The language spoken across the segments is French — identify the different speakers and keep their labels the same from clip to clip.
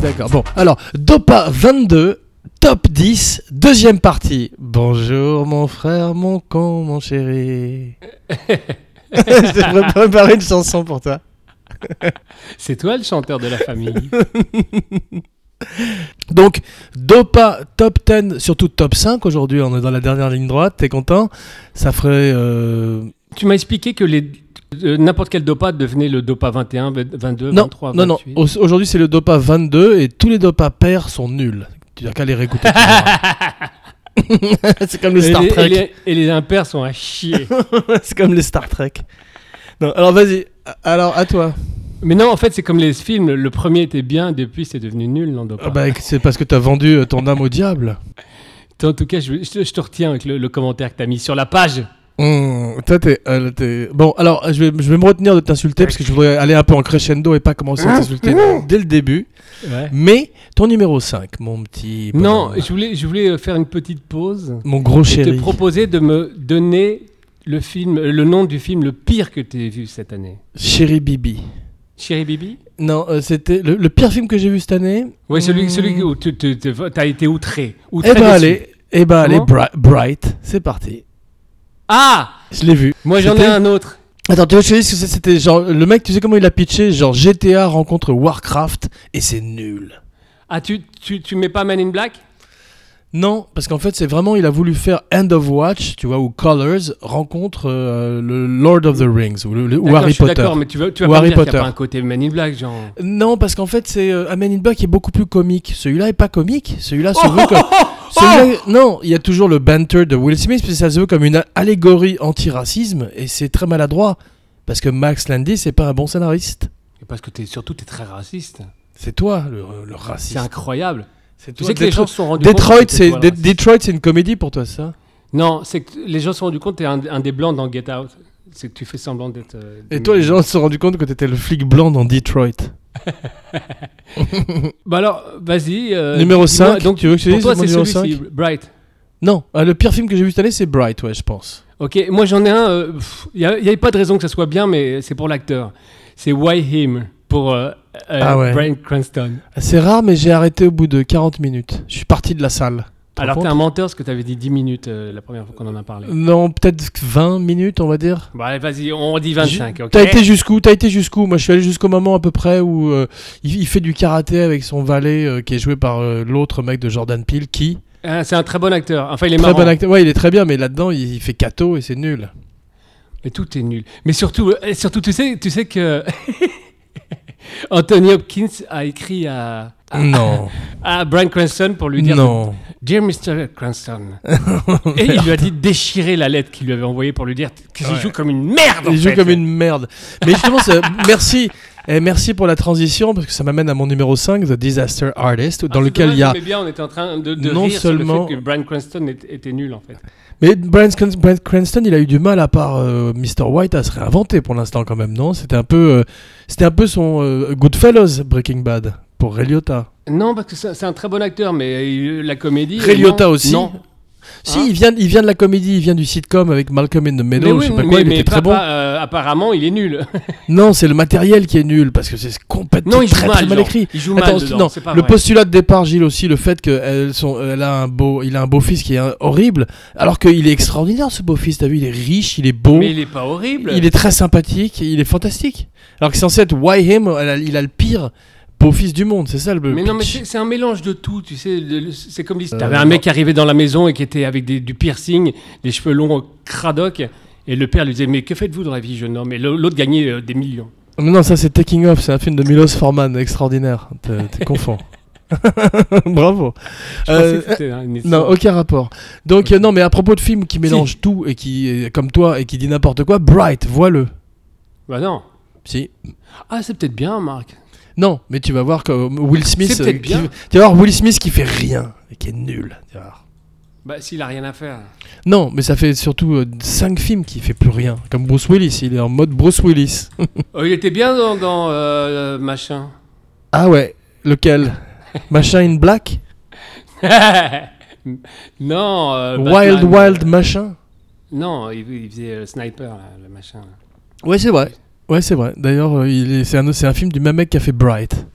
Speaker 1: D'accord. Bon, alors, Dopa 22, top 10, deuxième partie. Bonjour mon frère, mon con, mon chéri. Je devrais préparer une chanson pour toi.
Speaker 2: C'est toi le chanteur de la famille.
Speaker 1: Donc, Dopa top 10, surtout top 5 aujourd'hui, on est dans la dernière ligne droite, t'es content Ça ferait... euh,
Speaker 2: tu m'as expliqué que les euh, n'importe quel dopa devenait le dopa 21, 22,
Speaker 1: Non,
Speaker 2: 23,
Speaker 1: non, non,
Speaker 2: 28.
Speaker 1: au- aujourd'hui c'est le Dopa 22 et tous les Dopa pairs sont nuls. Tu n'as qu'à les réécouter. tu verras. c'est comme le
Speaker 2: Et
Speaker 1: Star
Speaker 2: les-
Speaker 1: Trek.
Speaker 2: Et les, et les impairs sont à chier.
Speaker 1: c'est comme les Star Trek. Non, alors vas-y, a- alors à toi.
Speaker 2: Mais non, en fait, c'est comme les films. Le premier était bien, depuis, c'est devenu nul, non dopa.
Speaker 1: Ah bah, c'est parce que t'as vendu euh, ton âme au diable.
Speaker 2: En tout cas, je, je- je te retiens avec le, le commentaire que tu as mis sur la page.
Speaker 1: Hum, toi, t'es, euh, t'es- Bon, alors je vais, je vais me retenir de t'insulter parce que je voudrais aller un peu en crescendo et pas commencer
Speaker 2: Mmh.
Speaker 1: à t'insulter dès le début. Mais ton numéro 5, mon petit.
Speaker 2: Non,
Speaker 1: bonhomme.
Speaker 2: je voulais, je voulais euh, faire une petite pause
Speaker 1: bah. Mon gros
Speaker 2: et te
Speaker 1: chéri.
Speaker 2: proposer de me donner le, film, euh, le nom du film le pire que tu aies vu cette année.
Speaker 1: Chéri Bibi.
Speaker 2: Chéri Bibi
Speaker 1: Non, euh, c'était le, le pire film que j'ai vu cette année.
Speaker 2: Oui, celui,
Speaker 1: Hmm.
Speaker 2: celui où tu as été outré. outré
Speaker 1: Eh ben
Speaker 2: dessus.
Speaker 1: allez, eh ben allez,
Speaker 2: Comment
Speaker 1: Bri- Bright, c'est parti.
Speaker 2: Ah
Speaker 1: Je l'ai vu.
Speaker 2: Moi j'en ai
Speaker 1: C'était-
Speaker 2: un autre.
Speaker 1: Attends, tu veux que je te dise que c'était genre le mec, tu sais comment il a pitché, genre GTA rencontre Warcraft et c'est nul.
Speaker 2: Ah, tu, tu, tu mets pas Man in Black
Speaker 1: Non, parce qu'en fait, c'est vraiment il a voulu faire End of Watch, tu vois, ou Colors rencontre euh, le Lord of the Rings ou, le- le- ou
Speaker 2: D'accord,
Speaker 1: Harry
Speaker 2: je suis
Speaker 1: Potter.
Speaker 2: D'accord, mais tu, veux, tu vas
Speaker 1: Ou
Speaker 2: pas
Speaker 1: Harry
Speaker 2: me dire qu'il y
Speaker 1: Potter.
Speaker 2: a pas un côté Man in Black, genre.
Speaker 1: Non, parce qu'en fait, c'est euh, A Man in Black est beaucoup plus comique. Celui-là est pas comique. Celui-là
Speaker 2: Oh,
Speaker 1: se veut comme. celui-là- non, il y a toujours le banter de Will Smith, mais ça se veut comme une allégorie anti-racisme et c'est très maladroit parce que Max Landis c'est pas un bon scénariste.
Speaker 2: Et Parce que es, surtout t'es très raciste.
Speaker 1: C'est toi le, le
Speaker 2: C'est
Speaker 1: raciste.
Speaker 2: incroyable.
Speaker 1: C'est
Speaker 2: Tu
Speaker 1: toi,
Speaker 2: sais que les
Speaker 1: Detro-
Speaker 2: gens se sont rendus
Speaker 1: Detroit,
Speaker 2: compte. que t'es
Speaker 1: c'est
Speaker 2: toi le
Speaker 1: De-
Speaker 2: raciste.
Speaker 1: Detroit, c'est une comédie pour toi, ça.
Speaker 2: Non, c'est que les gens se sont rendus compte que t'es un, un des blancs dans Get Out. C'est que tu fais semblant d'être. euh,
Speaker 1: Et toi, les gens se sont rendus compte que t'étais le flic blanc dans Detroit.
Speaker 2: Bah alors, vas-y. euh,
Speaker 1: numéro
Speaker 2: dis-moi,
Speaker 1: 5.
Speaker 2: Donc,
Speaker 1: tu veux que je te
Speaker 2: pour
Speaker 1: dise
Speaker 2: toi,
Speaker 1: mon
Speaker 2: c'est
Speaker 1: numéro
Speaker 2: celui-ci,
Speaker 1: 5
Speaker 2: Bright.
Speaker 1: Non, euh, le pire film que j'ai vu cette année, c'est Bright, ouais, je pense.
Speaker 2: Ok, moi j'en ai un. euh, Il n'y avait pas de raison que ça soit bien, mais c'est pour l'acteur. C'est Why Him pour euh, euh,
Speaker 1: Ah ouais.
Speaker 2: Bryan Cranston.
Speaker 1: C'est rare, mais j'ai arrêté au bout de 40 minutes. Je suis parti de la salle. T'en
Speaker 2: Alors
Speaker 1: compte
Speaker 2: t'es un menteur parce que t'avais dit 10 minutes euh, la première fois qu'on en a parlé.
Speaker 1: Non, peut-être 20 minutes, on va dire.
Speaker 2: Bon allez, vas-y, on dit 25. ok
Speaker 1: T'as été jusqu'où T'as été jusqu'où Moi, je suis allé jusqu'au moment à peu près où euh, il, il fait du karaté avec son valet euh, qui est joué par euh, l'autre mec de Jordan Peele, qui
Speaker 2: Ah, c'est un très bon acteur. Enfin, il est
Speaker 1: très
Speaker 2: marrant.
Speaker 1: bon acteur. Ouais, il est très bien, mais là-dedans, il, il fait cato et c'est nul.
Speaker 2: Mais tout est nul. Mais surtout, euh, et surtout tu, sais, tu sais que Anthony Hopkins a écrit à, à,
Speaker 1: Non,
Speaker 2: à Bryan Cranston pour Ah. lui dire
Speaker 1: non.
Speaker 2: Dear Mr. Cranston. Et il lui a dit de déchirer la lettre qu'il lui avait envoyée pour lui dire qu'il
Speaker 1: Ouais.
Speaker 2: joue comme une merde. en
Speaker 1: Il joue
Speaker 2: Ah, bah, fait.
Speaker 1: comme une merde. Mais justement, ça- merci. Et merci pour la transition parce que ça m'amène à mon numéro 5, The Disaster Artist, dans
Speaker 2: Ah, c'est
Speaker 1: lequel il y a.
Speaker 2: dommage, mais bien, on était en train de, de
Speaker 1: Non
Speaker 2: rire
Speaker 1: seulement-
Speaker 2: sur le fait que Brian Cranston était, était nul en fait.
Speaker 1: Mais Bryan Cran- Bryan Cranston, il a eu du mal à part euh, Mr. White à se réinventer pour l'instant quand même, non C'était un peu, euh, c'était un peu son euh, Goodfellas Breaking Bad pour Ray Liotta.
Speaker 2: Non, parce que c'est c'est un très bon acteur, mais euh, la comédie.
Speaker 1: Ray
Speaker 2: euh,
Speaker 1: Liotta
Speaker 2: non,
Speaker 1: aussi.
Speaker 2: Non.
Speaker 1: Si,
Speaker 2: Hein
Speaker 1: il vient, il vient de la comédie, il vient du sitcom avec Malcolm in the
Speaker 2: Mais,
Speaker 1: Middle,
Speaker 2: oui,
Speaker 1: je sais pas
Speaker 2: mais-
Speaker 1: quoi, il
Speaker 2: mais
Speaker 1: était très
Speaker 2: pas-
Speaker 1: bon.
Speaker 2: pas, euh, apparemment, il est nul.
Speaker 1: Non, c'est le matériel qui est nul parce que c'est complètement
Speaker 2: non, il joue
Speaker 1: très,
Speaker 2: mal.
Speaker 1: très mal
Speaker 2: genre.
Speaker 1: écrit.
Speaker 2: Il joue
Speaker 1: Attends,
Speaker 2: mal. Dedans,
Speaker 1: non,
Speaker 2: c'est pas
Speaker 1: le
Speaker 2: vrai.
Speaker 1: postulat de départ, Gilles aussi, le fait qu'elle elle a un beau, il a un beau fils qui est euh, horrible, alors qu'il est extraordinaire ce beau fils. T'as vu, il est riche, il est beau,
Speaker 2: Mais il est pas horrible.
Speaker 1: il est très sympathique, il est fantastique. Alors que c'est censé être Why Him, elle a- il a le pire beau fils du monde, c'est ça le.
Speaker 2: Mais non, mais
Speaker 1: pitch.
Speaker 2: c'est c'est un mélange de tout, tu sais. le- le- C'est comme l'histoire.
Speaker 1: Euh,
Speaker 2: T'avais un
Speaker 1: non.
Speaker 2: mec qui arrivait dans la maison et qui était avec des- du piercing, des cheveux longs, au cradoc. Et le père lui disait Mais que faites-vous dans la vie, jeune homme Et le- l'autre gagnait euh, des millions.
Speaker 1: Mais non, ça c'est Taking Off, c'est un film de Milos Forman, extraordinaire. T'es t'es confond. Bravo.
Speaker 2: Je
Speaker 1: Euh,
Speaker 2: pensais que c'était un- une
Speaker 1: Non,
Speaker 2: histoire.
Speaker 1: aucun rapport. Donc,
Speaker 2: Ok.
Speaker 1: euh, non, mais à propos de films qui mélangent tout et qui, est comme toi, et qui dit n'importe quoi, Bright, vois-le.
Speaker 2: Bah non.
Speaker 1: Si.
Speaker 2: Ah, c'est peut-être bien, Marc.
Speaker 1: Non, mais tu vas voir que euh, Will Smith.
Speaker 2: peut-être
Speaker 1: euh, qui-
Speaker 2: bien.
Speaker 1: Tu vas voir Will Smith qui fait rien et qui est nul. tu vas voir.
Speaker 2: Bah, s'il a rien à faire.
Speaker 1: Non, mais ça fait surtout 5 films qui fait plus rien. Comme Bruce Willis, il est en mode Bruce Willis.
Speaker 2: Oh, il était bien dans, dans, euh, machin.
Speaker 1: ah ouais, lequel Machin in Black
Speaker 2: non. euh,
Speaker 1: Wild
Speaker 2: Batman.
Speaker 1: Wild Machin
Speaker 2: Non, il, il faisait euh, sniper, là, le machin. là.
Speaker 1: Ouais, c'est vrai. Ouais, c'est vrai. D'ailleurs, euh, il est- c'est un, c'est un film du même mec qui a fait Bright.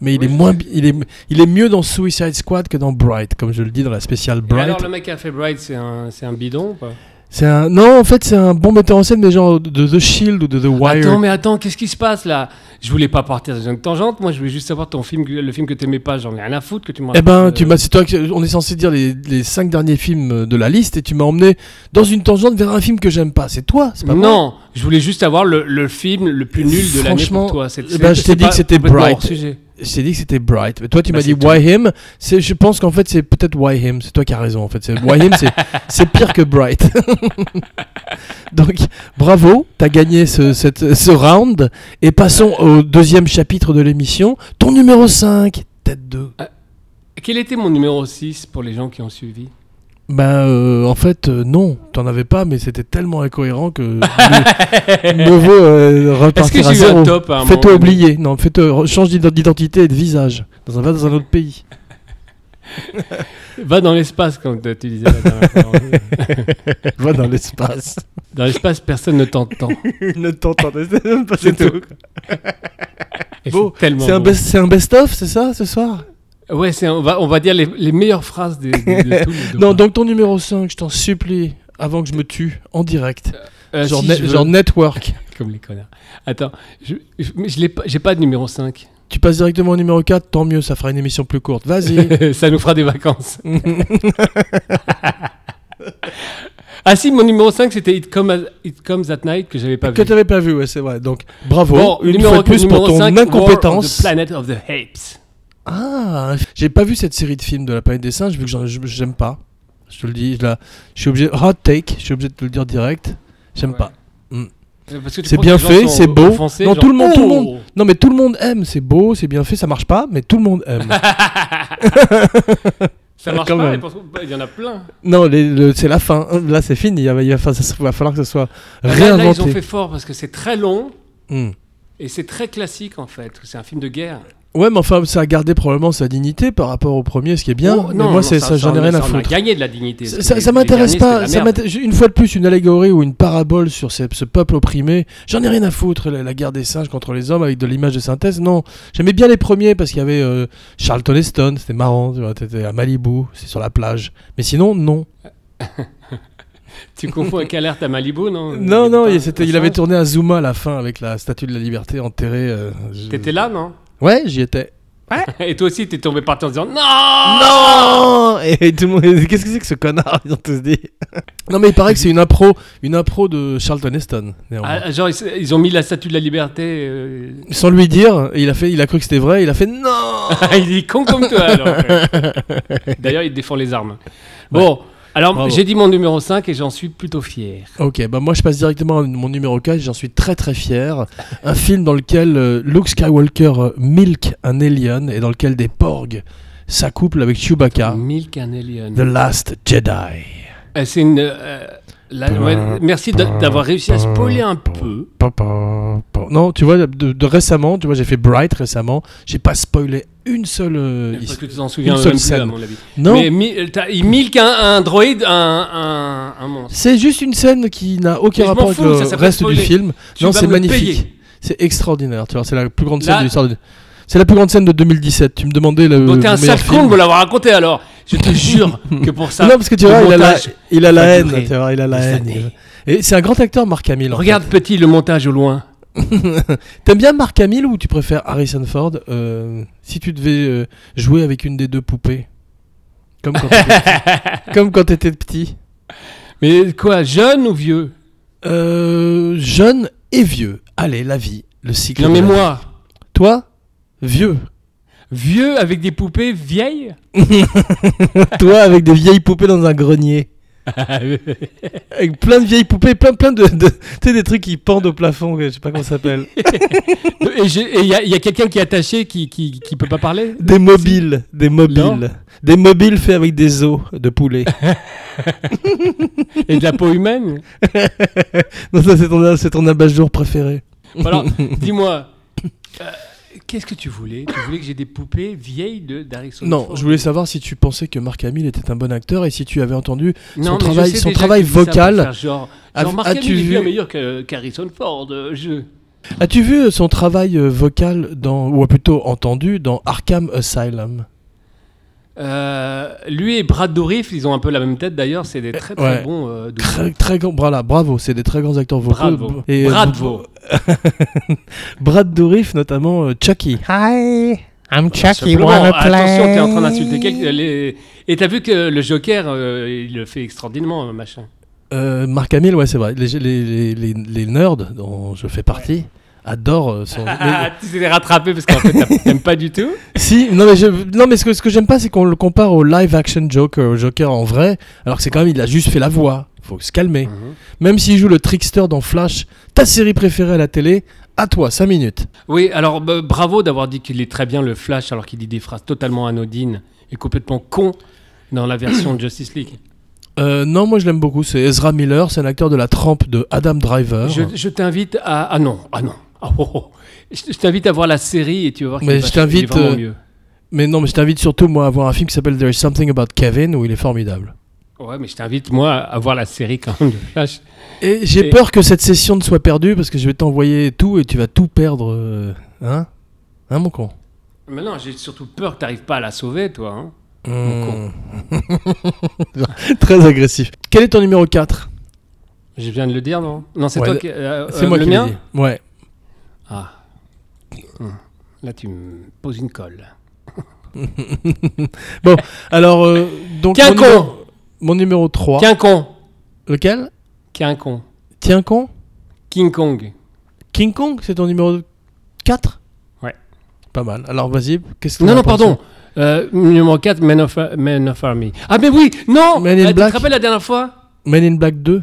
Speaker 1: mais il,
Speaker 2: Oui,
Speaker 1: est
Speaker 2: je
Speaker 1: moins, bi- il, est, il est mieux dans Suicide Squad que dans Bright, comme je le dis dans la spéciale
Speaker 2: Et
Speaker 1: Bright.
Speaker 2: alors, le mec qui a fait Bright, c'est un, c'est un bidon ou pas
Speaker 1: C'est un... Non, en fait, c'est un bon metteur en scène, mais genre de The Shield ou de The Wire.
Speaker 2: Attends, mais attends, qu'est-ce qui se passe là Je voulais pas partir dans une tangente, moi je voulais juste savoir ton film, le film que t'aimais pas, j'en ai rien à foutre que tu m'en
Speaker 1: Eh ben,
Speaker 2: racontes,
Speaker 1: tu
Speaker 2: euh,
Speaker 1: m'as, c'est toi que- on est censé dire les, les cinq derniers films de la liste et tu m'as emmené dans une tangente vers un film que j'aime pas. C'est toi, c'est pas moi.
Speaker 2: Non, je voulais juste avoir le, le film le plus nul de l'année
Speaker 1: Franchement,
Speaker 2: pour toi. C'est-
Speaker 1: eh
Speaker 2: c'est-
Speaker 1: ben, je
Speaker 2: c'est
Speaker 1: t'ai dit
Speaker 2: pas
Speaker 1: que c'était
Speaker 2: complètement
Speaker 1: Bright.
Speaker 2: hors sujet.
Speaker 1: Je t'ai dit que c'était Bright, mais toi tu
Speaker 2: Bah,
Speaker 1: m'as dit
Speaker 2: c'est toi.
Speaker 1: Why Him. C'est, je pense qu'en fait c'est peut-être Why Him. C'est toi qui as raison en fait. C'est, Why Him, c'est, c'est pire que Bright. Donc bravo, t'as gagné ce, cette- ce round. Et passons au deuxième chapitre de l'émission. Ton numéro 5, tête 2.
Speaker 2: Quel était mon numéro 6 pour les gens qui ont suivi
Speaker 1: Ben euh, en fait euh, non, t'en avais pas, mais c'était tellement incohérent que me, me vaut euh,
Speaker 2: Est-ce que
Speaker 1: repartir à
Speaker 2: j'ai eu
Speaker 1: zéro.
Speaker 2: un top à un moment
Speaker 1: Fais-toi
Speaker 2: donné
Speaker 1: oublier, non, fais-toi change d'ident- d'identité et de visage. Dans un va dans un autre pays.
Speaker 2: Va dans l'espace, comme tu disais. la dernière fois.
Speaker 1: Va dans l'espace.
Speaker 2: dans l'espace, personne ne t'entend.
Speaker 1: ne t'entendais même pas,
Speaker 2: c'est tout. Et
Speaker 1: Beau.
Speaker 2: c'est tellement
Speaker 1: C'est un
Speaker 2: beau.
Speaker 1: best- c'est un best-of, c'est ça, ce soir
Speaker 2: Ouais, c'est un- on va, on va dire les, les meilleures phrases des- de, de tous les deux.
Speaker 1: Non, donc ton numéro 5, je t'en supplie, avant que je me tue, en direct.
Speaker 2: Euh,
Speaker 1: genre,
Speaker 2: si,
Speaker 1: ne-
Speaker 2: je veux-
Speaker 1: genre network.
Speaker 2: Comme les connards. Attends, je je- mais je l'ai pas- j'ai pas de numéro 5.
Speaker 1: Tu passes directement au numéro 4, tant mieux, ça fera une émission plus courte. Vas-y.
Speaker 2: Ça nous fera des vacances. ah si, mon numéro 5, c'était It, Come As- It Comes At Night, que j'avais pas
Speaker 1: que
Speaker 2: vu.
Speaker 1: t'avais pas vu, ouais, c'est vrai. Donc, bravo.
Speaker 2: Bon,
Speaker 1: une
Speaker 2: numéro,
Speaker 1: fois de plus pour
Speaker 2: numéro
Speaker 1: ton
Speaker 2: 5, War on the
Speaker 1: incompétence.
Speaker 2: Planet of the Apes.
Speaker 1: Ah, j'ai pas vu cette série de films de la planète des singes, vu que j'en- je- j'aime pas. Je te le dis, là, je suis obligé. Hot take, je suis obligé de te le dire direct. J'aime
Speaker 2: Ouais.
Speaker 1: pas.
Speaker 2: Euh, parce que tu
Speaker 1: C'est
Speaker 2: crois que
Speaker 1: bien
Speaker 2: les gens
Speaker 1: fait,
Speaker 2: sont
Speaker 1: c'est beau.
Speaker 2: offensés,
Speaker 1: Non,
Speaker 2: genre,
Speaker 1: tout le monde, tout le monde.
Speaker 2: Oh
Speaker 1: Non, mais tout le monde aime, c'est beau, c'est bien fait, ça marche pas, mais tout le monde aime.
Speaker 2: Oh. Ça marche
Speaker 1: Quand
Speaker 2: pas,
Speaker 1: même.
Speaker 2: et pourtant, bah, il y en a plein.
Speaker 1: non, les- le- c'est la fin. Là, c'est fini. Il va, il va falloir- ça va falloir que ce soit
Speaker 2: Ah, Là, là, ils ont
Speaker 1: réinventé.
Speaker 2: fait fort parce que c'est très long
Speaker 1: Hmm.
Speaker 2: et c'est très classique en fait. C'est un film de guerre.
Speaker 1: Ouais, mais enfin, ça a gardé probablement sa dignité par rapport au premier, ce qui est bien.
Speaker 2: Oh,
Speaker 1: mais moi, c'est- ça, j'en ai
Speaker 2: on a-
Speaker 1: rien à
Speaker 2: ça, on a
Speaker 1: foutre.
Speaker 2: gagné de la dignité.
Speaker 1: Ça,
Speaker 2: parce
Speaker 1: ça-
Speaker 2: que
Speaker 1: ça
Speaker 2: les- les
Speaker 1: m'intéresse
Speaker 2: derniers,
Speaker 1: pas.
Speaker 2: c'était de la
Speaker 1: ça
Speaker 2: merde.
Speaker 1: m'intéresse- une fois de plus, une allégorie ou une parabole sur ce, ce peuple opprimé. J'en ai rien à foutre. La, la guerre des singes contre les hommes avec de l'image de synthèse. Non, j'aimais bien les premiers parce qu'il y avait euh, Charlton Heston. C'était marrant. tu vois, T'étais à Malibu, c'est sur la plage. Mais sinon, non.
Speaker 2: Tu confonds avec Alerte à Malibu, non
Speaker 1: Non,
Speaker 2: avait
Speaker 1: non,
Speaker 2: pas
Speaker 1: Euh, il,
Speaker 2: un
Speaker 1: c'était- il
Speaker 2: singe
Speaker 1: avait tourné à Zuma à la fin avec la Statue de la Liberté enterrée. euh, je-
Speaker 2: T'étais là, non
Speaker 1: Ouais, j'y étais.
Speaker 2: Et toi aussi, t'es tombé par terre en disant Non
Speaker 1: Non Et tout le monde qu'est-ce que c'est que ce connard Ils ont tous dit. non mais il paraît que c'est une impro, une impro de Charlton Heston. néanmoins.
Speaker 2: Ah, Genre, ils, s- ils ont mis la statue de la liberté. euh,
Speaker 1: Sans lui dire, il a fait, il a cru que c'était vrai. Il a fait non.
Speaker 2: il est con comme toi, alors. D'ailleurs, il défend les armes. Bon, alors,
Speaker 1: Bravo.
Speaker 2: j'ai dit mon numéro 5 et j'en suis plutôt fier.
Speaker 1: ok, bah moi je passe directement à mon numéro 4, J'en suis très très fier. Un film dans lequel euh, Luke Skywalker euh, milk un alien et dans lequel des porgs s'accouplent avec Chewbacca.
Speaker 2: Milk and Alien.
Speaker 1: The Last Jedi.
Speaker 2: Euh, C'est une. euh, la- ouais, merci d'a- d'avoir réussi à spoiler un peu.
Speaker 1: Pa, pa, pa. Non, tu vois, de, de récemment, tu vois, j'ai fait Bright récemment, j'ai pas spoilé une seule. euh,
Speaker 2: Parce
Speaker 1: his-
Speaker 2: que tu t'en souviens
Speaker 1: une
Speaker 2: même
Speaker 1: seule
Speaker 2: plus, à
Speaker 1: scène.
Speaker 2: mon avis.
Speaker 1: Non,
Speaker 2: Mais mi- euh, t'as- il milk un, un droïde, un, un, un monstre.
Speaker 1: c'est juste une scène qui n'a
Speaker 2: Mais
Speaker 1: aucun
Speaker 2: je
Speaker 1: rapport
Speaker 2: m'en
Speaker 1: avec
Speaker 2: fous, ça
Speaker 1: le
Speaker 2: s'appelle
Speaker 1: reste
Speaker 2: spoiler.
Speaker 1: du film.
Speaker 2: Tu
Speaker 1: non,
Speaker 2: vas
Speaker 1: c'est
Speaker 2: me le
Speaker 1: magnifique.
Speaker 2: payer.
Speaker 1: C'est extraordinaire, tu vois, c'est la plus grande scène
Speaker 2: Là-
Speaker 1: de l'histoire. de- C'est la plus grande scène de 2017. Tu me demandais le.
Speaker 2: Donc t'es un
Speaker 1: le meilleur
Speaker 2: sale con de
Speaker 1: film.
Speaker 2: me l'avoir raconté alors. Je te jure que pour ça.
Speaker 1: Non, parce que tu
Speaker 2: le
Speaker 1: vois, il a, la,
Speaker 2: montage
Speaker 1: il a la
Speaker 2: va
Speaker 1: haine,
Speaker 2: durer
Speaker 1: tu vois, il a la
Speaker 2: des
Speaker 1: haine.
Speaker 2: années.
Speaker 1: Et c'est un grand acteur, Marc Hamill. en
Speaker 2: Regarde petit le montage au loin.
Speaker 1: fait. T'aimes bien Marc Hamill ou tu préfères Harrison Ford euh, Si tu devais euh, jouer avec une des deux poupées, comme quand t'étais- comme quand t'étais petit.
Speaker 2: Mais quoi, jeune ou vieux
Speaker 1: Euh, jeune et vieux. Allez, la vie, le cycle.
Speaker 2: Non
Speaker 1: de
Speaker 2: mais
Speaker 1: la
Speaker 2: moi,
Speaker 1: vie. Toi, vieux.
Speaker 2: vieux avec des poupées vieilles
Speaker 1: Toi, avec des vieilles poupées dans un grenier. Avec plein de vieilles poupées, plein, plein de. de- tu sais, des trucs qui pendent au plafond, je sais pas comment ça s'appelle.
Speaker 2: Et j'ai- et il y a, il y a quelqu'un qui est attaché qui, qui, qui peut pas parler
Speaker 1: Des mobiles. Des mobiles.
Speaker 2: Non.
Speaker 1: Des mobiles faits avec des os de poulet.
Speaker 2: Et de la peau humaine
Speaker 1: non, ça, c'est ton, c'est ton abat-jour préféré.
Speaker 2: Alors, dis-moi, euh, qu'est-ce que tu voulais Tu voulais que j'ai des poupées vieilles de d'Harrison
Speaker 1: Non,
Speaker 2: Ford
Speaker 1: je voulais savoir si tu pensais que Marc Hamill était un bon acteur et si tu avais entendu
Speaker 2: Non,
Speaker 1: son
Speaker 2: mais je
Speaker 1: travail-
Speaker 2: sais
Speaker 1: son
Speaker 2: déjà
Speaker 1: travail
Speaker 2: que tu dis ça pour
Speaker 1: vocal.
Speaker 2: faire Genre, genre
Speaker 1: Av-
Speaker 2: Mark
Speaker 1: as-tu
Speaker 2: Hamill est bien
Speaker 1: vu-
Speaker 2: meilleur que- qu'Harrison Ford. euh, Je...
Speaker 1: As-tu vu son travail euh, vocal dans, ou plutôt entendu dans Arkham Asylum
Speaker 2: Euh, lui et Brad Dourif, ils ont un peu la même tête d'ailleurs. C'est des très très
Speaker 1: Ouais.
Speaker 2: bons. euh, doubleurs.
Speaker 1: Très, très grand, voilà, bravo, c'est des très grands acteurs vocaux.
Speaker 2: Bravo.
Speaker 1: Et, euh,
Speaker 2: Bravo.
Speaker 1: Brad Dourif, notamment euh, Chucky.
Speaker 3: Hi, I'm Chucky.
Speaker 2: Simplement,
Speaker 3: Wanna play?
Speaker 2: attention, t'es en train d'insulter quelqu'un. les- Et t'as vu que le Joker, euh, il le fait extraordinairement, machin.
Speaker 1: Euh, Marc Hamill, ouais, c'est vrai. Les, les, les, les- les nerds dont je fais partie adorent euh, son.
Speaker 2: Ah, tu t'es rattrapé parce qu'en fait, t'as- t'aimes pas du tout.
Speaker 1: Si, non mais, je, non, mais ce que, ce que j'aime pas, c'est qu'on le compare au live action Joker, au Joker en vrai, alors que c'est quand même, il a juste fait la voix. Faut se calmer.
Speaker 2: Mhm.
Speaker 1: Même s'il joue le trickster dans Flash, ta série préférée à la télé, à toi, 5 minutes.
Speaker 2: Oui, alors bah, bravo d'avoir dit qu'il est très bien le Flash alors qu'il dit des phrases totalement anodines et complètement con dans la version de Justice League.
Speaker 1: Euh, non, moi je l'aime beaucoup, c'est Ezra Miller, c'est un acteur de la trempe de Adam Driver.
Speaker 2: Je, je t'invite à ah non ah non Ah, oh, oh. Je, je t'invite à voir la série et tu vas voir qu'il
Speaker 1: Mais
Speaker 2: est
Speaker 1: je
Speaker 2: vachement- il est
Speaker 1: t'invite,
Speaker 2: vraiment
Speaker 1: euh,
Speaker 2: mieux.
Speaker 1: Mais non, mais je t'invite surtout, moi, à voir un film qui s'appelle There's Something About Kevin, où il est formidable.
Speaker 2: Ouais, mais je t'invite moi à voir la série quand même de Flash.
Speaker 1: Et j'ai
Speaker 2: Et-
Speaker 1: peur que cette session ne soit perdue, parce que je vais t'envoyer tout et tu vas tout perdre. euh, Hein Hein, mon con
Speaker 2: Mais non, j'ai surtout peur que t'arrives pas à la sauver, toi. hein.
Speaker 1: Mon con. Très agressif. Quel est ton numéro 4
Speaker 2: Je viens de le dire, non Non, c'est
Speaker 1: Ouais,
Speaker 2: toi qui. euh,
Speaker 1: C'est
Speaker 2: euh,
Speaker 1: moi
Speaker 2: le
Speaker 1: qui l'ai
Speaker 2: mien
Speaker 1: dit. Ouais.
Speaker 2: Ah. Hum. Là, tu me poses une colle.
Speaker 1: Alors, euh, donc.
Speaker 2: Tiens
Speaker 1: mon
Speaker 2: con
Speaker 1: numéro- Mon numéro 3.
Speaker 2: Tiens con
Speaker 1: Lequel
Speaker 2: Tiens con
Speaker 1: Tiens con
Speaker 2: King Kong.
Speaker 1: King Kong, c'est ton numéro 4
Speaker 2: Ouais.
Speaker 1: Pas mal. Alors, vas-y. Qu'est-ce que
Speaker 2: Non,
Speaker 1: t'en
Speaker 2: non,
Speaker 1: penses
Speaker 2: pardon. Euh, numéro 4, Men of, Men of Army. Ah, mais oui Non
Speaker 1: Men in
Speaker 2: Ah, Tu te
Speaker 1: Black.
Speaker 2: rappelles la dernière fois
Speaker 1: Men in Black 2,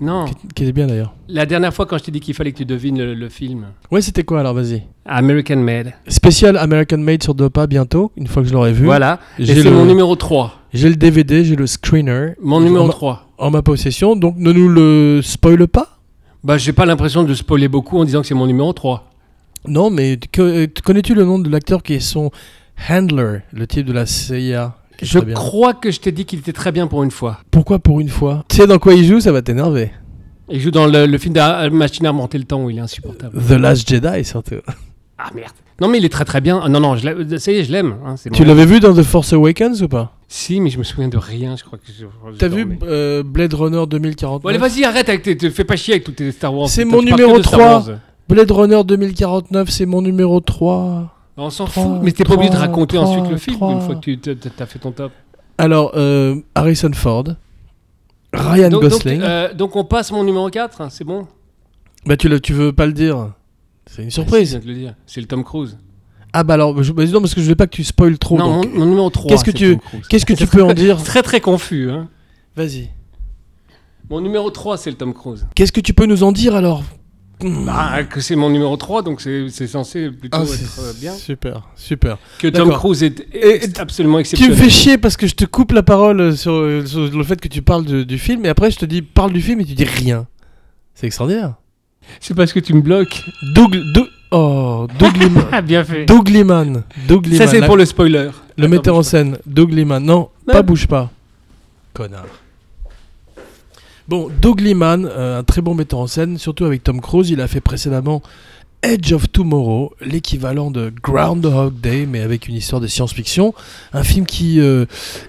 Speaker 2: Non.
Speaker 1: qui, qui est bien d'ailleurs.
Speaker 2: La dernière fois, quand je t'ai dit qu'il fallait que tu devines le, le film.
Speaker 1: Ouais, c'était quoi alors Vas-y.
Speaker 2: American Made.
Speaker 1: Spécial American Made sur Dopa bientôt, une fois que je l'aurai vu.
Speaker 2: Voilà. Et
Speaker 1: Hum. J'ai
Speaker 2: c'est
Speaker 1: le-
Speaker 2: mon numéro 3.
Speaker 1: J'ai le DVD, j'ai le screener.
Speaker 2: Mon
Speaker 1: Je- en
Speaker 2: numéro
Speaker 1: ma-
Speaker 2: 3.
Speaker 1: En ma possession, donc ne nous le spoile pas.
Speaker 2: Bah, j'ai pas l'impression de spoiler beaucoup en disant que c'est mon numéro 3.
Speaker 1: Non, mais que- connais-tu le nom de l'acteur qui est son handler, le type de la CIA qui est
Speaker 2: Je
Speaker 1: très bien.
Speaker 2: crois que je t'ai dit qu'il était très bien pour une fois.
Speaker 1: Pourquoi pour une fois Tu sais dans quoi il joue, ça va t'énerver.
Speaker 2: Il joue dans le, le film de Machine à remonter le temps où il est insupportable.
Speaker 1: The Last Jedi surtout.
Speaker 2: Ah merde. Non mais il est très très bien. Ah, non non, je l'a- ça y est, je l'aime. hein, c'est
Speaker 1: Tu
Speaker 2: mon-
Speaker 1: l'avais vu dans The Force Awakens ou pas
Speaker 2: Si mais je me souviens de rien. Je crois que. je- je
Speaker 1: T'as
Speaker 2: dormais.
Speaker 1: vu euh, Blade Runner
Speaker 2: Bon allez
Speaker 1: 2049
Speaker 2: vas-y arrête avec tes, te fais pas chier avec toutes tes Star Wars.
Speaker 1: C'est
Speaker 2: Putain,
Speaker 1: mon
Speaker 2: tu parles
Speaker 1: numéro
Speaker 2: que de Star
Speaker 1: 3.
Speaker 2: Wars.
Speaker 1: Blade Runner 2049, c'est mon numéro 3.
Speaker 2: On s'en
Speaker 1: Trois,
Speaker 2: fout. Mais t'es pas obligé de
Speaker 1: trois,
Speaker 2: raconter
Speaker 1: trois,
Speaker 2: ensuite le film
Speaker 1: trois.
Speaker 2: une fois que tu t- t- t'as fait ton top.
Speaker 1: Alors, euh, Harrison Ford, Ryan
Speaker 2: donc, donc,
Speaker 1: Gosling.
Speaker 2: euh, donc, on passe mon numéro 4 hein, c'est bon.
Speaker 1: Bah, tu, le- tu veux pas le dire C'est une
Speaker 2: Je viens
Speaker 1: surprise.
Speaker 2: de le dire. C'est le Tom Cruise.
Speaker 1: Ah, bah alors, je, bah, non, parce que je veux pas que tu spoil trop.
Speaker 2: non
Speaker 1: donc,
Speaker 2: mon, mon numéro 3
Speaker 1: qu'est-ce que
Speaker 2: c'est
Speaker 1: tu-
Speaker 2: Tom Cruise.
Speaker 1: Qu'est-ce que tu peux en dire
Speaker 2: Très très confus. hein.
Speaker 1: Vas-y.
Speaker 2: Mon numéro 3 c'est le Tom Cruise.
Speaker 1: Qu'est-ce que tu peux nous en dire alors
Speaker 2: Bah, que c'est mon numéro 3, donc c'est c'est censé plutôt
Speaker 1: Ah,
Speaker 2: être euh, bien.
Speaker 1: Super, super.
Speaker 2: Que Tom
Speaker 1: d'accord.
Speaker 2: Cruise est,
Speaker 1: Et-
Speaker 2: est absolument
Speaker 1: Tu me
Speaker 2: exceptionnel.
Speaker 1: fais chier parce que je te coupe la parole euh, sur, euh, sur le fait que tu parles de- du film et après je te dis parle du film et tu dis rien. C'est extraordinaire.
Speaker 2: C'est parce que tu me bloques.
Speaker 1: Doug, Doug- oh, Doug Liman.
Speaker 2: Ah, bien fait.
Speaker 1: Doug Liman. Doug
Speaker 2: Ça,
Speaker 1: Liman,
Speaker 2: c'est
Speaker 1: la-
Speaker 2: pour le spoiler.
Speaker 1: le metteur en scène. Doug Liman. Non,
Speaker 2: Même.
Speaker 1: pas bouge pas. Connard. Bon, Doug Liman, euh, un très bon metteur en scène, surtout avec Tom Cruise. Il a fait précédemment Edge of Tomorrow, l'équivalent de Groundhog Day, mais avec une histoire de science-fiction. Un film qui euh,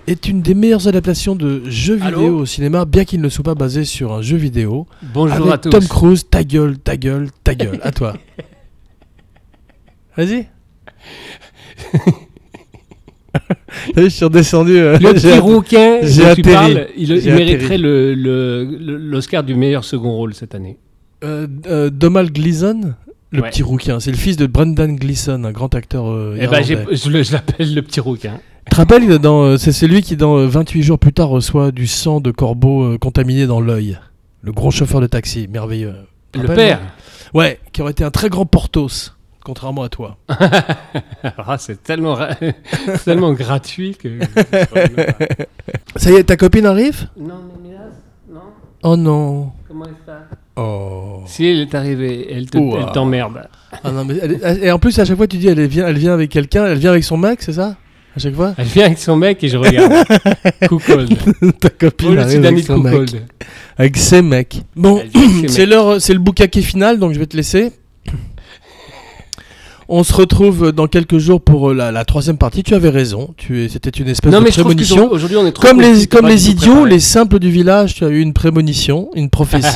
Speaker 1: est une des meilleures adaptations de jeux
Speaker 2: Allô
Speaker 1: vidéo au cinéma, bien qu'il ne soit pas basé sur un jeu vidéo.
Speaker 2: Bonjour
Speaker 1: avec
Speaker 2: à tous.
Speaker 1: Tom Cruise, ta gueule, ta gueule, ta gueule. à toi. Vas-y. T'as vu, je suis redescendu. euh,
Speaker 2: Le
Speaker 1: j'ai-
Speaker 2: petit rouquin
Speaker 1: j'ai
Speaker 2: dont tu
Speaker 1: atterri.
Speaker 2: parles, il, il
Speaker 1: J'ai
Speaker 2: mériterait
Speaker 1: atterri.
Speaker 2: le- le- le- l'Oscar du meilleur second rôle cette année.
Speaker 1: Euh, euh, Domal Gleason, le
Speaker 2: Ouais.
Speaker 1: petit rouquin. C'est le fils de Brendan Gleeson, un grand acteur euh,
Speaker 2: Eh ben,
Speaker 1: irlandais.
Speaker 2: j'ai- je le- je l'appelle le petit rouquin.
Speaker 1: Tu te rappelles, il est dans, euh, c'est celui qui, dans euh, 28 jours plus tard, reçoit du sang de corbeau euh, contaminé dans l'œil. Le gros chauffeur de taxi, merveilleux.
Speaker 2: Le
Speaker 1: Rappelle,
Speaker 2: père.
Speaker 1: Ouais, qui aurait été un très grand Portos, contrairement à toi.
Speaker 2: Alors, ah, c'est tellement, ra- c'est tellement gratuit que.
Speaker 1: Ça y est, ta copine arrive
Speaker 2: non, Mémias Non
Speaker 1: Oh non.
Speaker 2: Comment est-ce ça
Speaker 1: Oh.
Speaker 2: Si elle est arrivée, elle te-
Speaker 1: Ouah.
Speaker 2: elle t'emmerde.
Speaker 1: Ah non, mais elle est- et en plus, à chaque fois, tu dis, elle est- vient, elle vient avec quelqu'un, elle vient avec son mec, c'est ça À chaque fois
Speaker 2: Elle vient avec son mec et je regarde. Coucold.
Speaker 1: Ta
Speaker 2: Oh,
Speaker 1: copine
Speaker 2: le
Speaker 1: arrive avec
Speaker 2: Sudanite
Speaker 1: son mec. Oh,
Speaker 2: Coucold.
Speaker 1: Avec ses mecs. Bon,
Speaker 2: Elle vient avec ses
Speaker 1: c'est l'heure, c'est le boucaquet final, donc je vais te laisser. On se retrouve dans quelques jours pour euh, la, la troisième partie. Tu avais raison. Tu es- C'était une espèce
Speaker 2: Non,
Speaker 1: de
Speaker 2: mais je trouve
Speaker 1: prémonition.
Speaker 2: qu'aujourd'hui, on est trop
Speaker 1: Comme
Speaker 2: cool,
Speaker 1: les,
Speaker 2: c'est pas
Speaker 1: comme
Speaker 2: du
Speaker 1: les
Speaker 2: tout
Speaker 1: idiots,
Speaker 2: préparé.
Speaker 1: les simples du village, tu as eu une prémonition, une prophétie.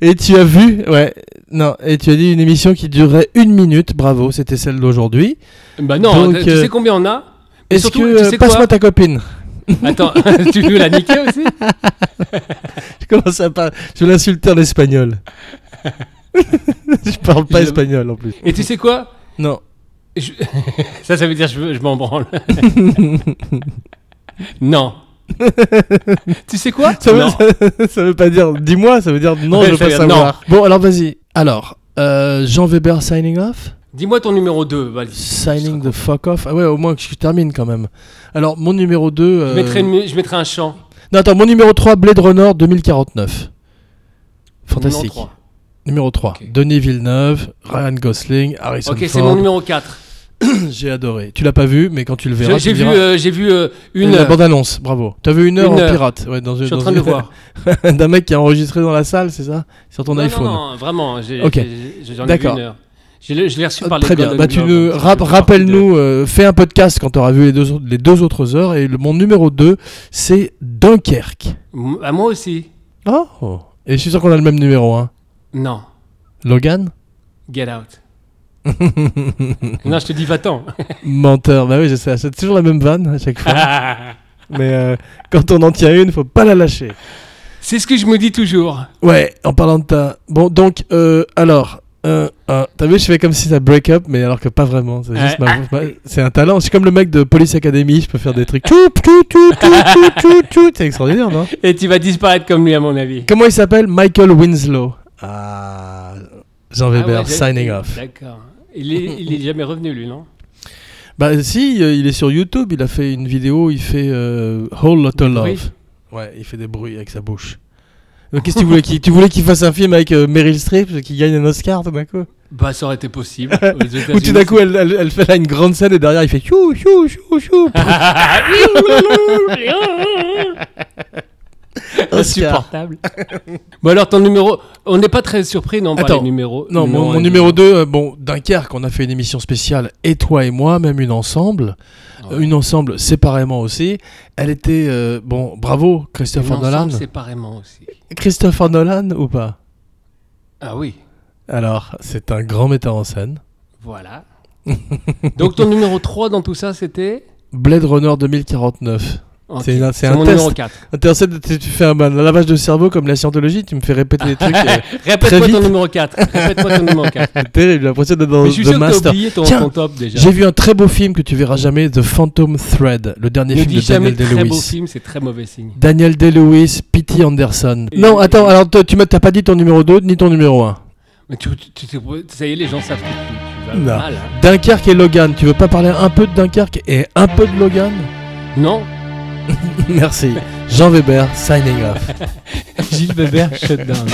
Speaker 1: et tu as vu, ouais, non, et tu as dit une émission qui durait une minute, bravo, c'était celle d'aujourd'hui.
Speaker 2: Bah non,
Speaker 1: Donc,
Speaker 2: tu
Speaker 1: euh,
Speaker 2: sais combien on a Mais
Speaker 1: Est-ce
Speaker 2: surtout,
Speaker 1: que.
Speaker 2: tu
Speaker 1: euh,
Speaker 2: sais quoi
Speaker 1: Passe-moi ta copine.
Speaker 2: Attends, tu veux la niquer aussi
Speaker 1: Je commence à pas. Je vais l'insulter en espagnol. je parle pas
Speaker 2: Je-
Speaker 1: espagnol en plus.
Speaker 2: Et tu sais quoi
Speaker 1: Non.
Speaker 2: Je- Ça, ça veut dire je, je m'en branle. non. tu sais quoi
Speaker 1: Ça veut,
Speaker 2: Non.
Speaker 1: ça veut pas dire dis-moi, ça veut dire non,
Speaker 2: Ouais,
Speaker 1: je veux
Speaker 2: ça
Speaker 1: pas
Speaker 2: veut dire
Speaker 1: savoir. Bon, alors vas-y. Alors, euh, Jean Weber signing off
Speaker 2: Dis-moi ton numéro 2, Valis.
Speaker 1: Signing the fuck off Ah ouais, au moins que je termine quand même. Alors, mon numéro 2.
Speaker 2: Je,
Speaker 1: euh,
Speaker 2: mettrai une mu- je mettrai un chant.
Speaker 1: Non, attends, mon numéro 3, Blade Runner 2049. Fantastique.
Speaker 2: Numéro trois.
Speaker 1: Numéro 3,
Speaker 2: Ok.
Speaker 1: Denis Villeneuve, Ryan Gosling, Harrison
Speaker 2: Ok, c'est
Speaker 1: Ford.
Speaker 2: mon numéro 4.
Speaker 1: J'ai adoré. Tu l'as pas vu, mais quand tu le verras,
Speaker 2: J'ai
Speaker 1: tu
Speaker 2: vu,
Speaker 1: me diras.
Speaker 2: euh, j'ai vu euh, une.
Speaker 1: La
Speaker 2: heure.
Speaker 1: bande-annonce, bravo. T'as vu une heure
Speaker 2: Une
Speaker 1: en
Speaker 2: heure.
Speaker 1: pirate ouais, dans,
Speaker 2: Je suis en
Speaker 1: dans-
Speaker 2: train de le voir.
Speaker 1: D'un mec qui a enregistré dans la salle, c'est ça Sur ton
Speaker 2: non,
Speaker 1: iPhone.
Speaker 2: Non, non, vraiment. j'ai-
Speaker 1: Ok.
Speaker 2: j'ai- j'ai- J'en ai,
Speaker 1: D'accord.
Speaker 2: vu une heure. Je l'ai je l'ai reçu
Speaker 1: Ah,
Speaker 2: par les
Speaker 1: Très bien.
Speaker 2: Golden
Speaker 1: Bah, tu
Speaker 2: Globes,
Speaker 1: nous
Speaker 2: donc
Speaker 1: rap-
Speaker 2: je fais partie
Speaker 1: rappelle-nous, euh, fais un podcast quand tu auras vu les deux, autres- les deux autres heures. Et le, mon numéro 2, c'est Dunkerque.
Speaker 2: de- M- À moi aussi.
Speaker 1: Oh Et je suis sûr qu'on a le même numéro 1.
Speaker 2: Non.
Speaker 1: Logan
Speaker 2: Get out. non, je te dis va-t'en.
Speaker 1: Menteur. Bah oui, je sais, c'est toujours la même vanne à chaque fois.
Speaker 2: c'est
Speaker 1: mais euh, quand on en tient une, faut pas la lâcher.
Speaker 2: ce que je me dis toujours.
Speaker 1: Ouais, en parlant de ta. Bon, donc, euh, alors. euh, euh, T'as vu, je fais comme si ça break up, mais alors que pas vraiment. C'est juste
Speaker 2: Ouais.
Speaker 1: ma- ma- C'est un talent. C'est comme le mec de Police Academy. Je peux faire des trucs. Tout, tout, tout, tout, tout, tout, tout. C'est extraordinaire, non
Speaker 2: Et tu vas disparaître comme lui, à mon avis.
Speaker 1: Comment il s'appelle Michael Winslow. Ah. Jean
Speaker 2: Ah ouais,
Speaker 1: Weber,
Speaker 2: d'accord.
Speaker 1: signing off.
Speaker 2: D'accord. Il est, il est jamais revenu, lui, non
Speaker 1: Bah, si, euh, il est sur YouTube. Il a fait une vidéo. Il fait euh, Whole Lotta
Speaker 2: Des
Speaker 1: Love.
Speaker 2: bruits.
Speaker 1: Ouais, il fait des bruits avec sa bouche. Donc, qu'est-ce que tu voulais qu'il- Tu voulais qu'il fasse un film avec euh, Meryl Streep qui gagne un Oscar tout d'un coup
Speaker 2: Bah, ça aurait été possible. aux États-Unis.
Speaker 1: Ou tout d'un coup, elle, elle- elle fait là une grande scène et derrière, il fait chou, chou, chou, chou. Oscar.
Speaker 2: Insupportable. bon, alors, ton numéro. On n'est pas très surpris, non, par
Speaker 1: Attends.
Speaker 2: les numéros.
Speaker 1: Non, mon, mon
Speaker 2: un,
Speaker 1: numéro 2, bon, Dunkerque, on a fait une émission spéciale, et toi et moi, même une ensemble,
Speaker 2: Ouais.
Speaker 1: euh, une ensemble séparément aussi. Elle était, euh, bon, bravo,
Speaker 2: Et
Speaker 1: Christopher
Speaker 2: l'ensemble
Speaker 1: Nolan.
Speaker 2: séparément aussi.
Speaker 1: Christopher Nolan ou pas
Speaker 2: Ah oui,
Speaker 1: Alors, c'est un grand metteur en scène.
Speaker 2: voilà. Donc ton numéro 3 dans tout ça, c'était
Speaker 1: Blade Runner 2049.
Speaker 2: Ok,
Speaker 1: C'est un- c'est un
Speaker 2: mon
Speaker 1: test.
Speaker 2: numéro 4.
Speaker 1: Intéressant, tu tu fais un, un lavage de cerveau comme la scientologie, tu me fais répéter des trucs. euh,
Speaker 2: Répète-moi
Speaker 1: vite.
Speaker 2: ton numéro 4. Répète-moi ton numéro 4.
Speaker 1: c'est terrible, j'ai l'impression d'être dans
Speaker 2: Mais je suis
Speaker 1: The
Speaker 2: sûr que t'as
Speaker 1: Master.
Speaker 2: oublié ton,
Speaker 1: Tiens,
Speaker 2: ton top déjà.
Speaker 1: J'ai vu un très beau film que tu verras jamais, The Phantom Thread, le dernier
Speaker 2: Ne
Speaker 1: film de
Speaker 2: dis
Speaker 1: Daniel
Speaker 2: jamais très beau
Speaker 1: Day-Lewis.
Speaker 2: film, c'est très mauvais signe.
Speaker 1: Daniel Day-Lewis, P.T. Anderson.
Speaker 2: Et-
Speaker 1: non, attends, alors toi, tu m'as t'as pas dit ton numéro 2 ni ton numéro 1.
Speaker 2: Mais tu, tu- tu- tu- ça y est, les gens savent que tu, tu vas
Speaker 1: Non.
Speaker 2: mal. hein.
Speaker 1: Dunkerque et Logan, tu veux pas parler un peu de Dunkerque et un peu de Logan
Speaker 2: Non,
Speaker 1: Merci. Jean Weber, signing off.
Speaker 2: Gilles Weber, shut down.